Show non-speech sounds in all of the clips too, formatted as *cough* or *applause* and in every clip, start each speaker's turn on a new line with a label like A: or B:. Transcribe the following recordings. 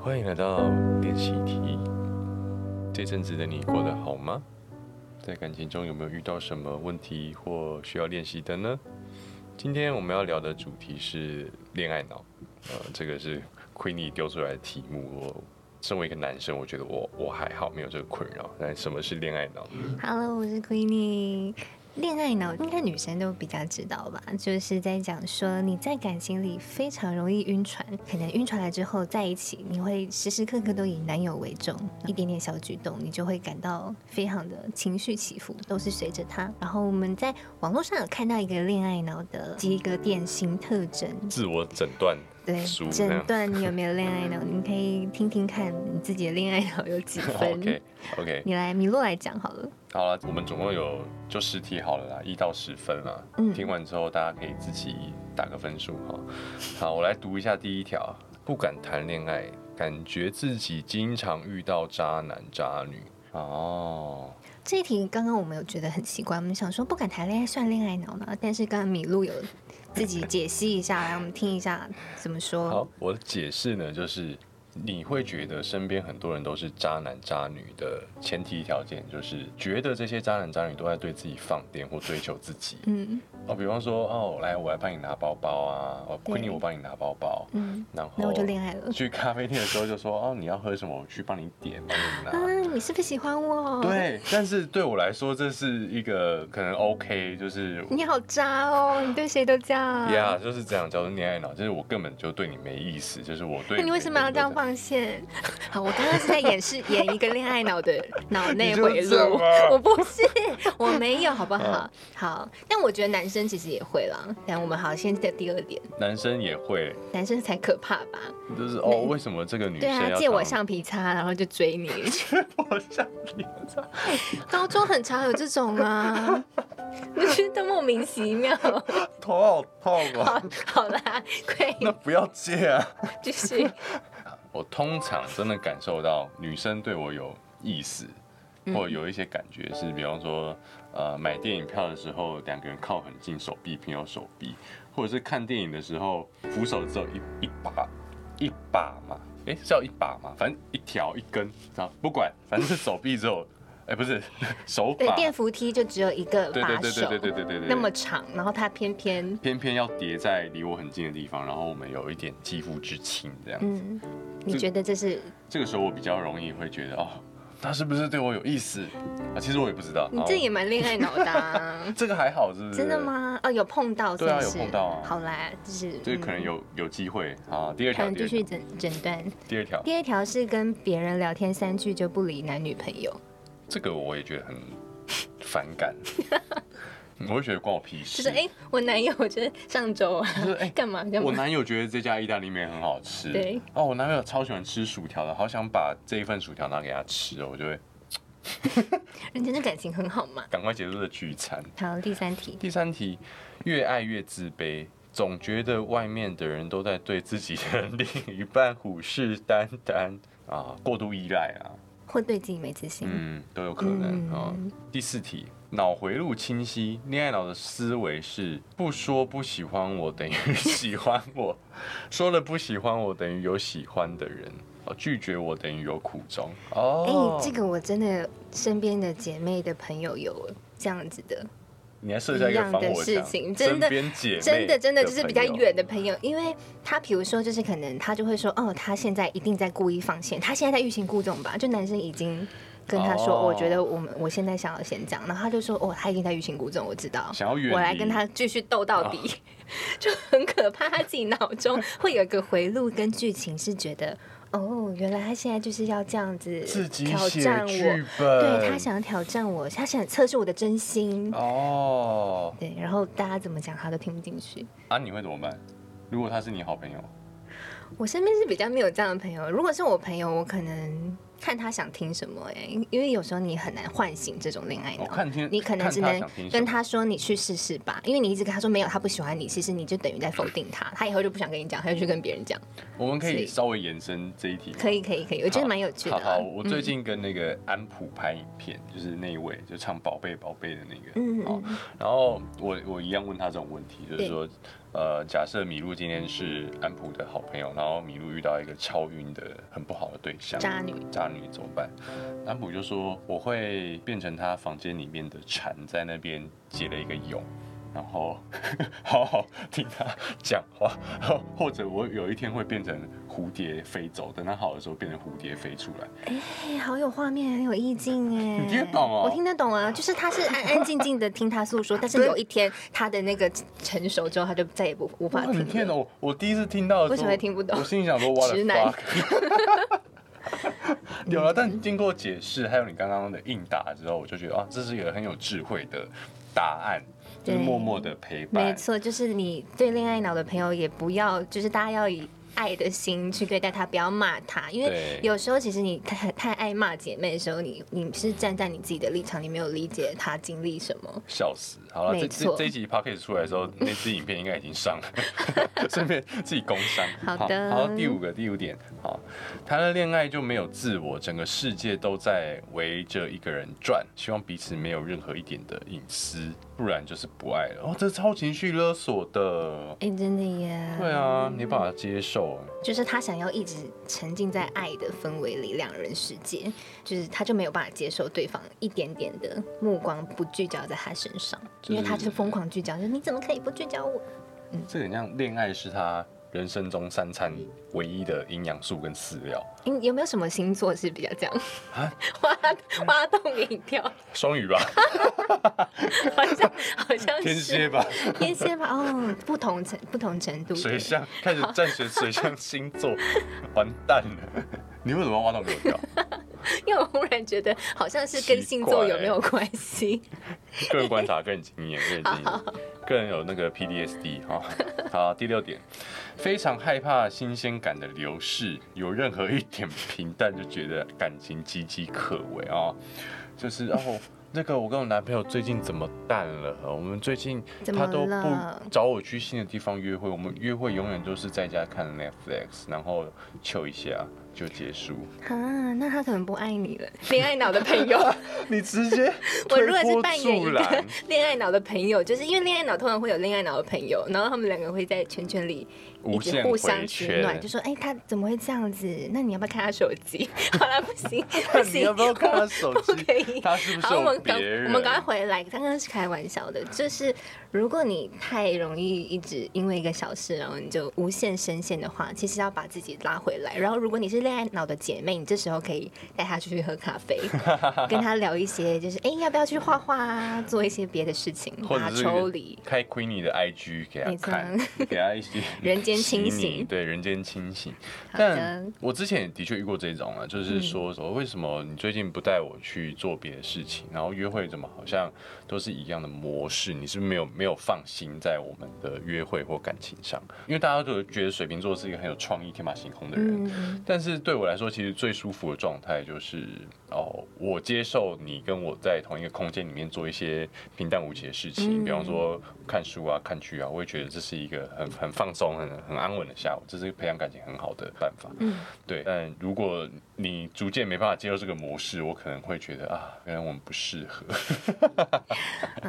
A: 欢迎来到练习题。这阵子的你过得好吗？在感情中有没有遇到什么问题或需要练习的呢？今天我们要聊的主题是恋爱脑。呃，这个是 Queenie 丢出来的题目。我身为一个男生，我觉得我我还好，没有这个困扰。但什么是恋爱脑？
B: Hello，我是 Queenie。恋嗯爱脑应该女生都比较知道吧，就是在讲说你在感情里非常容易晕船，可能晕船了之后在一起，你会时时刻刻都以男友为重，一点点小举动你就会感到非常的情绪起伏，都是随着他。然后我们在网络上有看到一个恋爱脑的几个典型特征，
A: 自我诊断
B: 对
A: 书，这
B: 诊
A: 样。
B: 断你有没有恋爱脑，你可以听听看你自己的恋爱脑
A: *laughs*
B: 有几分。
A: OK OK，
B: 你来米洛来讲好了。
A: 好了，我们总共有就十题好了啦，一到十分啦。
B: 嗯
A: 听完之后大家可以自己打个分数哈。好，我来读一下第一条：不敢谈恋爱，感觉自己经常遇到渣男渣女。哦，
B: 这一题刚刚我们有觉得很奇怪，我们想说不敢谈恋爱算恋爱脑吗？但是刚刚米露有自己解析一下，来我们听一下怎么说。
A: 好，我的解释呢就是。你会觉得身边很多人都是渣男渣女的前提条件，就是觉得这些渣男渣女都在对自己放电或追求自己。
B: 嗯
A: 哦，比方说，哦，来，我来帮你拿包包啊，哦，
B: 对
A: 昆尼，我帮你拿包包。
B: 嗯，
A: 然后
B: 那我就恋爱了
A: 去咖啡店的时候就说哦，你要喝什么，我去帮你点，帮你
B: 啊
A: 拿。，
B: 你是不是喜欢我？，
A: 对，但是对我来说，这是一个可能 OK，就是
B: 你好渣哦，你对谁都这样。
A: 呀就是这样叫做恋爱脑，就是我根本就对你没意思，就是我对
B: 那你为什么要这样？放线？ *laughs* 好，我刚刚是在演示演一个恋爱
A: *laughs*
B: 脑的脑内回
A: 你就这嗯样
B: 路
A: 吗，
B: *laughs* 我不是，我没有，好不好？好，但我觉得男生其实也会啦。但我们好，现在第二点，
A: 男生也会，
B: 男生才可怕吧？
A: 就是哦，为什么这个女
B: 对
A: 生
B: 啊
A: 要，
B: 借我
A: 当
B: 橡皮擦，然后就追 *laughs* 你。
A: *laughs* 我像你这样？
B: 高中很常有这种 *laughs* 啊，我觉得莫名其妙。
A: 头好痛
B: *laughs* 好
A: 哦，，
B: 好啦，快
A: 那不要借啊！
B: 继续。
A: 我通常真的感受到女生对我有意思，
B: 嗯
A: 或者有一些感觉是，比方说，呃，买电影票的时候两个人靠很近，手臂平有手臂，或者是看电影的时候扶手只有一一把，一把嘛，诶，是叫一把嘛，反正一条一根，啊，不管，反正是手臂只有，哎、不是 *laughs* 手
B: 对，
A: 把，
B: 电扶梯就只有一个
A: 对对
B: 把
A: 对
B: 手，
A: 对对对对对对，
B: 那么长，然后他偏偏，
A: 偏偏要叠在离我很近的地方，然后我们有一点肌肤之亲这样子。
B: 嗯，你
A: 这
B: 觉得这是？
A: 这个时候我比较容易会觉得哦，他是不是对我有意思啊？其实我也不知道。
B: 你
A: 哦，
B: 这也蛮恋爱脑的、啊
A: 这个还好， *laughs* 是不是？
B: 真的？吗？哦，有碰到，
A: 对啊
B: 是不是
A: 有碰到啊
B: 好啦，就是
A: 这个可能。
B: 嗯
A: 有有机会啊。第二
B: 好
A: 条，
B: 你
A: 第
B: 继
A: 二
B: 续
A: 条，
B: 诊诊断。
A: 第二条，
B: 第二条是跟别人聊天三句就不理男女朋友，
A: 这个我也觉得很反感。
B: *laughs*
A: 我会觉得关我屁
B: 就
A: 事。
B: 是哎、我男友就是上周啊
A: 就是哎，
B: 干嘛干
A: 我
B: 嘛，
A: 男友觉得这家意大利面很好吃，
B: 对，
A: 哦，我男朋友超喜欢吃薯条的，好想把这一份薯条拿给他吃哦，我就会
B: 人家的感情很好嘛。
A: 赶快结束这聚餐。
B: 好，第三题，
A: 第三题，越爱越自卑，总觉得外面的人都在对自己的另一半虎视眈眈啊，过度依赖啊，
B: 会对自己没自信。
A: 嗯，都有可能啊、
B: 嗯
A: 第四题，脑回路清晰，恋爱脑的思维是不说不喜欢我等于喜欢我，说了不喜欢我等于有喜欢的人。哦拒绝我等于有苦衷
B: 哎、
A: 哦。
B: 这个我真的身边的姐妹的朋友有这样子的，
A: 你还设下一个
B: 一样
A: 防
B: 的
A: 火
B: 事
A: 墙，
B: 情真
A: 身
B: 的
A: 边姐妹
B: 真的真的就是比较
A: 朋友
B: 远的朋友，因为他比如说就是可能他就会说，哦，他现在一定在故意放线，他现在在欲擒故纵吧，就男生已经。跟他说，
A: 哦
B: 我觉得我们我现在想要先这样，然后他就说，哦，他已经在欲擒故纵，我知道，
A: 想要远离啊
B: 我来跟他继续斗到底， *laughs* 就很可怕。他自己脑中会有一个回路跟剧情，是觉得，哦，原来他现在就是要这样子
A: 自己
B: 挑
A: 写
B: 战
A: 剧
B: 我，
A: 本，
B: 对他想嗯挑战我，他想测试我的真心。
A: 啊哦，
B: 对，然后大家怎么讲他都听不进去。
A: 啊，你会怎么办？如果他是你好朋友，
B: 我身边是比较没有这样的朋友，如果是我朋友，我可能看他想听什么哎、因因为有时候你很难唤醒这种恋爱
A: 我
B: 脑。
A: 哦看听
B: 你可能
A: 看
B: 只
A: 他
B: 能
A: 想听什
B: 跟
A: 么
B: 他说你去试试吧，因为你一直跟他说没有，他不喜欢你，其实你就等于在否定他，他以后就不想跟你讲，他就去跟别人讲。
A: 我们可以
B: 所以
A: 稍微延伸这一题吗，
B: 可以，可以，可以，我觉得
A: 好
B: 蛮有趣
A: 好
B: 的啊。
A: 好，我最近跟那个安普拍影片，就是那一位就唱《宝贝宝贝》的那个，
B: 嗯
A: 好，然后我我一样问他这种问题，就是
B: 对
A: 说，呃，假设米露今天是安普的好朋友，然后米露遇到一个超晕的很不好的对象，
B: 嗯渣女
A: 渣女怎么办？安普就说我会变成他房间里面的蝉，在那边结了一个蛹。然后 *laughs* 好好听他讲话， *laughs* 然后或者我有一天会变成蝴蝶飞走，等他好的时候变成蝴蝶飞出来。
B: 哎，好有画面，很有意境哎。
A: *laughs* 你听得懂哦
B: 我听得懂啊，就是他是安安静静的听他诉说，但是有一天他的那个成熟之后，他就再也不无法
A: 哇，你听
B: 听
A: 得
B: 了。
A: 懂？我我第一次听到的时候，
B: 为什么会听不懂
A: 我心里想说，哇，
B: 直男 *laughs*
A: 有了，但经过解释，还有你刚刚的应答之后，我就觉得啊，这是一个很有智慧的答案，就是
B: 对
A: 默默的陪
B: 没
A: 伴。
B: 错，就是你对恋爱脑的朋友也不要，就是大家要以。爱的心去对待他，不要骂他，因为
A: 对
B: 有时候其实你太太爱骂姐妹的时候，你你是站在你自己的立场，你没有理解她经历什么。
A: 笑死！好了，这
B: 没错
A: 这这一集 p o c a s t 出来的时
B: *laughs*
A: 候，那支影片应该已经上了， *laughs* 顺便自己工商。
B: 好的
A: 好，第五个第五点，好，谈了恋爱就没有自我，整个世界都在围着一个人转，希望彼此没有任何一点的隐私，不然就是不爱了。哦，这超情绪勒索的。
B: 哎、真的耶。
A: 对啊，没办法接受啊。
B: 就是他想要一直沉浸在爱的氛围里，两人世界，就是他就没有办法接受对方一点点的目光不聚焦在他身上，
A: 就是
B: 因为他就疯狂聚焦，就你怎么可以不聚焦我？
A: 这个很像恋爱是他人生中三餐唯一的营养素跟饲料。
B: 你有没有什么星座是比较这样
A: 啊？
B: *laughs* 挖挖洞给你跳，
A: 双
B: *laughs*
A: 鱼吧，
B: 好
A: *laughs*
B: 像好像是
A: 天蝎吧，
B: 天蝎吧？哦，不同程不同程度的。
A: 水象开始战学水象星
B: *laughs*
A: 座，完蛋了！ *laughs* 你为什么要挖洞给我跳？
B: 因为我忽然觉得好像是跟星座
A: 奇怪欸
B: 有没有关系？ *laughs*
A: *laughs* 个人观察，个人经验，个人经验，个人有那个 PDSD 哈、好，第六点，非常害怕新鲜感的流逝，有任何一点平淡就觉得感情岌岌可危啊、就是哦。那个，我跟我男朋友最近怎么淡了？我们最近
B: 怎么
A: 他都
B: 了
A: 不找我去新的地方约会，我们约会永远都是在家看 Netflix，然后 chill 一下就结束。
B: 啊，那他可能不爱你了，恋爱脑的朋
A: *laughs*
B: 友。
A: 你直接
B: *laughs* 我
A: 推
B: 如果是
A: 波
B: 扮演一
A: 助澜
B: 个恋爱脑的朋友，就是因为恋爱脑通常会有恋爱脑的朋友，然后他们两个会在圈圈里一
A: 无
B: 直
A: 限
B: 互
A: 回
B: 相取暖，
A: 圈
B: 就说：“哎、他怎么会这样子？那你要不要看他手机？” *laughs* 好了，不
A: *laughs*
B: 行， *laughs* 不
A: 看
B: 行，
A: 你要不要看他手
B: 不
A: 机？
B: 可以
A: 他是不是
B: 好，我
A: 有
B: 们
A: 别
B: 赶
A: 人？
B: 我们赶快回来。刚刚是开玩笑的，就是如果你太容易一直因为一个小事，然后你就无限深陷的话，其实要把自己拉回来。然后，如果你是恋爱脑的姐妹，你这时候可以带她出去喝咖啡， *laughs* 跟她聊一些，就是哎、诶要不要去画画啊，做一些别的事情，
A: 或
B: 把
A: 者
B: 她
A: 是
B: 抽离。
A: 开 Queenie 的 IG 给他
B: 没错
A: 看，给他一些
B: *laughs* 人间
A: 洗
B: 清
A: 你
B: 醒
A: 对人间清醒。
B: 好的嗯
A: 但我之前也的确遇过这种啊，就是说什么为什么你最近不带我去做别的事情，然后约会怎么好像都是一样的模式？你是不是没有没有放心在我们的约会或感情上？因为大家都觉得水瓶座是一个很有创意、天马行空的人，
B: 嗯，
A: 但是对我来说，其实最舒服的状态就是哦，我接受你跟我在同一个空间里面做一些平淡无奇的事情，
B: 嗯
A: 比方说看书啊、看剧啊，我也觉得这是一个很很放松、很很安稳的下午，这是培养感情很好的办法。
B: 嗯，
A: 对。但如果你逐渐没办法接受这个模式，我可能会觉得啊，原来我们不适
B: *laughs*
A: 合。好了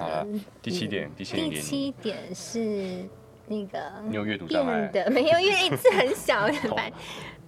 B: 啊嗯，，
A: 第七点，第七点
B: 第
A: 给
B: 七
A: 你，
B: 点是那个
A: 你有阅读障碍
B: 变，得 *laughs* 没有，因为一次很小，很
A: 好
B: 白，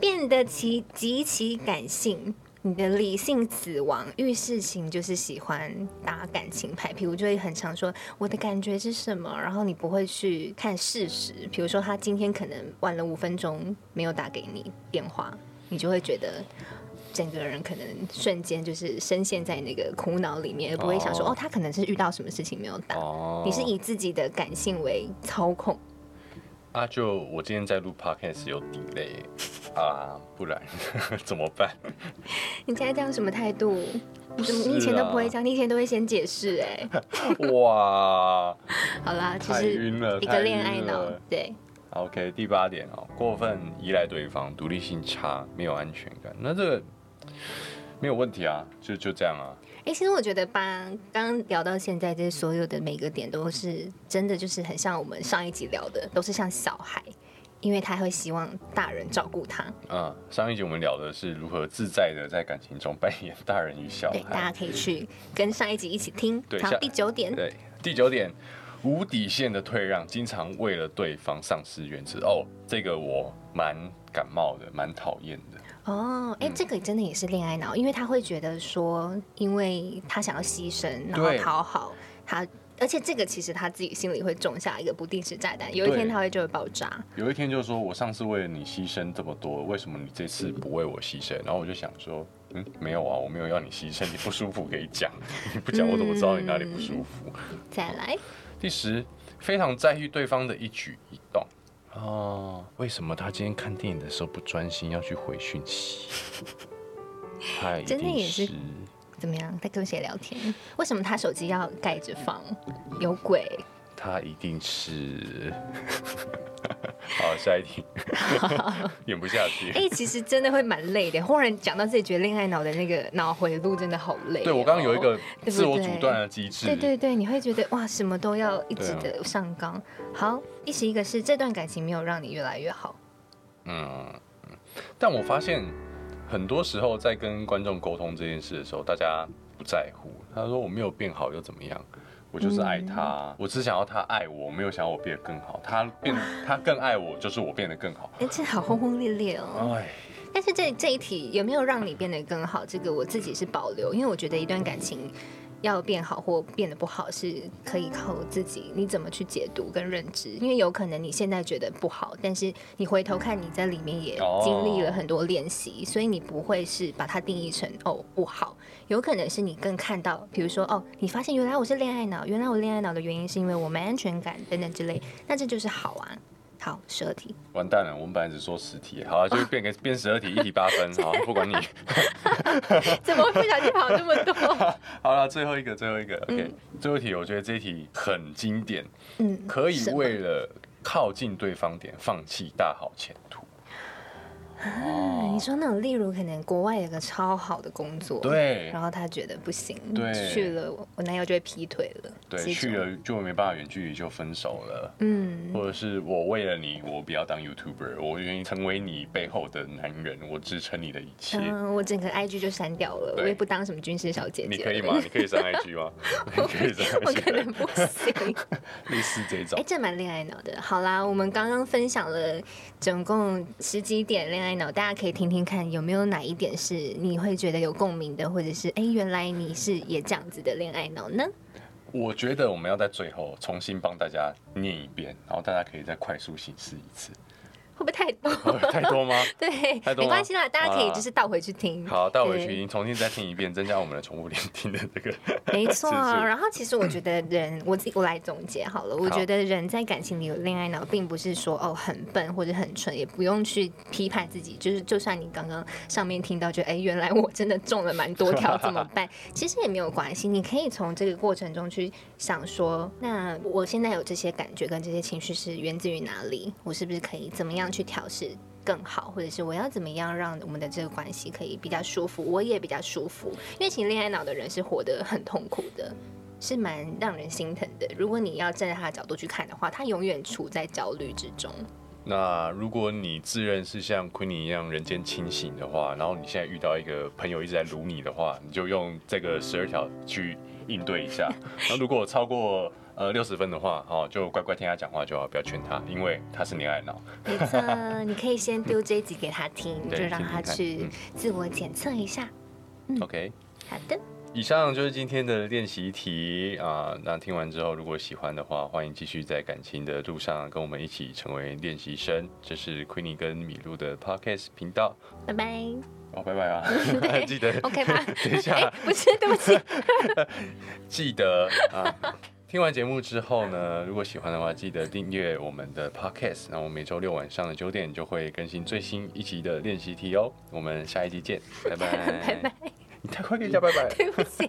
B: 变得其极其感性。你的理性死亡，遇事情就是喜欢打感情牌，譬如就会很常说我的感觉是什么，然后你不会去看事实。比如说他今天可能晚了五分钟没有打给你电话，你就会觉得整个人可能瞬间就是深陷在那个苦恼里面，而不会想说哦
A: 哦
B: 他可能是遇到什么事情没有打。
A: 哦
B: 你是以自己的感性为操控。
A: 啊，就我今天在录 podcast 有
B: *laughs*
A: delay 啊，不然 *laughs* 怎么办？
B: 你现在这样什么态度？
A: 啊
B: 怎么你以前都不会这样，你以前都会先解释
A: *laughs*
B: 哎、
A: 哇
B: 好啦，就
A: 太
B: 是
A: 晕了
B: 一
A: 太
B: 个恋爱
A: 晕
B: 脑
A: 了，
B: 对，
A: ！OK，第八点哦，过分依赖对方，独立性差，没有安全感。那这个没有问题啊，就就这样啊。
B: 哎、其实我觉得吧，刚刚聊到现在，这所有的每个点都是真的，就是很像我们上一集聊的，都是像小孩，因为他会希望大人照顾他。
A: 嗯，上一集我们聊的是如何自在的在感情中扮演大人与小
B: 对，大
A: 孩
B: 家。可以去跟上一集一起听。
A: 对
B: 好，
A: 下
B: 第九点，
A: 对，第九点，无底线的退让，经常为了对方丧失原则。哦，这个我蛮感冒的，蛮讨厌的。
B: 哦，
A: 嗯
B: 哎、这个真的也是恋爱脑，因为他会觉得说，因为他想要牺牲，然后
A: 对
B: 讨好他，而且这个其实他自己心里会种下一个不定时炸弹，有一
A: 对
B: 天他会就会爆炸。
A: 有一天就说，我上次为了你牺牲这么多，为什么你这次不为我牺牲？然后我就想说，嗯，没有啊，我没有要你牺牲，你不舒服可以讲， *laughs* 你不讲我怎么知道你哪里不舒服？
B: 再来，
A: 第十，非常在意对方的一举一动。哦，为什么他今天看电影的时候不专心，要去回讯
B: *laughs*
A: 息？他一
B: 真的
A: 定
B: 也是
A: 是
B: 怎么样？在跟谁聊天？为什么他手机要盖着放？有鬼！
A: 他一定是。好，下一
B: *laughs*
A: 题， *laughs* 演不下去。
B: 哎、其实真的会蛮累的。忽然讲到自己觉得恋爱脑的那个脑回路，真的好累哦、
A: 对我刚刚有一个
B: 对不
A: 自我
B: 对
A: 阻断的机制，
B: 对对对，你会觉得哇，什么都要一直
A: 对啊
B: 的上纲。好，第十一个是这段感情没有让你越来越好。
A: 嗯，但我发现很多时候在跟观众沟通这件事的时候，大家不在乎。他说我没有变好又怎么样？我就是爱
B: 嗯
A: 他，我只想要他爱我，我没有想要我变得更好。他变他更爱我，就是我变得更好。
B: 哎，这好轰轰烈烈哦！
A: 哎，
B: 但是这这一题有没有让你变得更好？这个我自己是保留，因为我觉得一段感情要变好或变得不好，是可以靠自己你怎么去解读跟认知。因为有可能你现在觉得不好，但是你回头看你在里面也
A: 哦
B: 经历了很多练习，所以你不会是把它定义成哦不好，有可能是你更看到，比如说哦，你发现原来我是恋爱脑，原来我恋爱脑的原因是因为我没安全感等等之类，那这就是好啊。好，十二题。
A: 完蛋了！我们本来只说十题，好啊了，就变个变十二题，一题八分，好，不
B: *laughs*
A: 管你。
B: 怎么会不小心跑那么多？
A: 好了，最后一个，最后一个，OK，、
B: 嗯
A: 最后一题，我觉得这一题很经典，
B: 嗯，
A: 可以
B: 什么
A: 为了靠近对方点放弃大好前途。
B: 啊
A: 哦
B: 你说那种，例如可能国外有个超好的工作，，
A: 对
B: 然后他觉得不行，
A: 对
B: 去了我男友就会劈腿了，这
A: 对，
B: 种
A: 去，了就没办法远距离就分手了，
B: 嗯，
A: 或者是我为了你，我不要当 YouTuber，我愿意成为你背后的男人，我支撑你的一切。
B: 嗯，我整个 IG 就删掉了，
A: 对
B: 我也不当什么军师小姐姐，
A: 你可以
B: *laughs*
A: 吗？？你可以上 IG 吗？你可以上
B: 我可能
A: IG，
B: 不行，
A: *laughs* 类似这
B: 哎、
A: 种。
B: 这蛮恋爱脑的。好啦，我们刚刚分享了总共十几点恋爱脑，大家可以听听看有没有哪一点是你会觉得有共鸣的，或者是哎、原来你是也这样子的恋爱脑呢？
A: 我觉得我们要在最后重新帮大家念一遍，然后大家可以再快速形式一次。 *laughs*
B: 会不会太多？
A: 太多吗？
B: *laughs* 对，
A: 太多
B: 没
A: 吗
B: 关系啦，大家可
A: 好
B: 以
A: 啦
B: 就是倒回去听。
A: 好，带回
B: 对
A: 去，你重新再听一遍，增加我们的重复聆听的这个。
B: 没错，
A: 是是
B: 嗯然后其实我觉得人，我自己我来总结好了。我
A: 好
B: 觉得人在感情里有恋爱脑，并不是说哦很笨或者很蠢，也不用去批判自己。就是就算你刚刚上面听到，觉得哎原来我真的中了蛮多条，怎么办？ *laughs* 其实也没有关系，你可以从这个过程中去想说，那我现在有这些感觉跟这些情绪是源自于哪里？我是不是可以怎么样去调试？更好，或者是我要怎么样让我们的这个关系可以比较舒服，我也比较舒服。因为其实恋爱脑的人是活得很痛苦的，是蛮让人心疼的。如果你要站在他的角度去看的话，他永远处在焦虑之中。
A: 那如果你自认是像昆尼一样人间清醒的话，然后你现在遇到一个朋友一直在撸你的话，你就用这个十二条去应对一下。那如果超过呃六十分的话，哦，就乖乖听他讲话就好，不要劝他，因为他是恋爱脑。
B: 没错，你可以先丢这一集给他听，就
A: 嗯对
B: 让他
A: 听
B: 去
A: 听看嗯
B: 自我检测一下。
A: OK，
B: 好的，
A: 以上就是今天的练习题啊、那听完之后，如果喜欢的话，欢迎继续在感情的路上跟我们一起成为练习生。这是昆尼跟米露的 Podcast 频道。
B: 拜拜。
A: *laughs* 哦，拜拜啊！ *laughs* 记得
B: OK 吧？
A: 等一下
B: 哎、不是，对
A: *laughs*
B: 不起。
A: 记得啊，听完节目之后呢，如果喜欢的话，记得订阅我们的 podcast。那我每周六晚上的九点就会更新最新一集的练习题哦。我 *laughs* 们下一集见，拜拜
B: 拜拜，
A: 你太快跟人家拜拜了。
B: 对不起。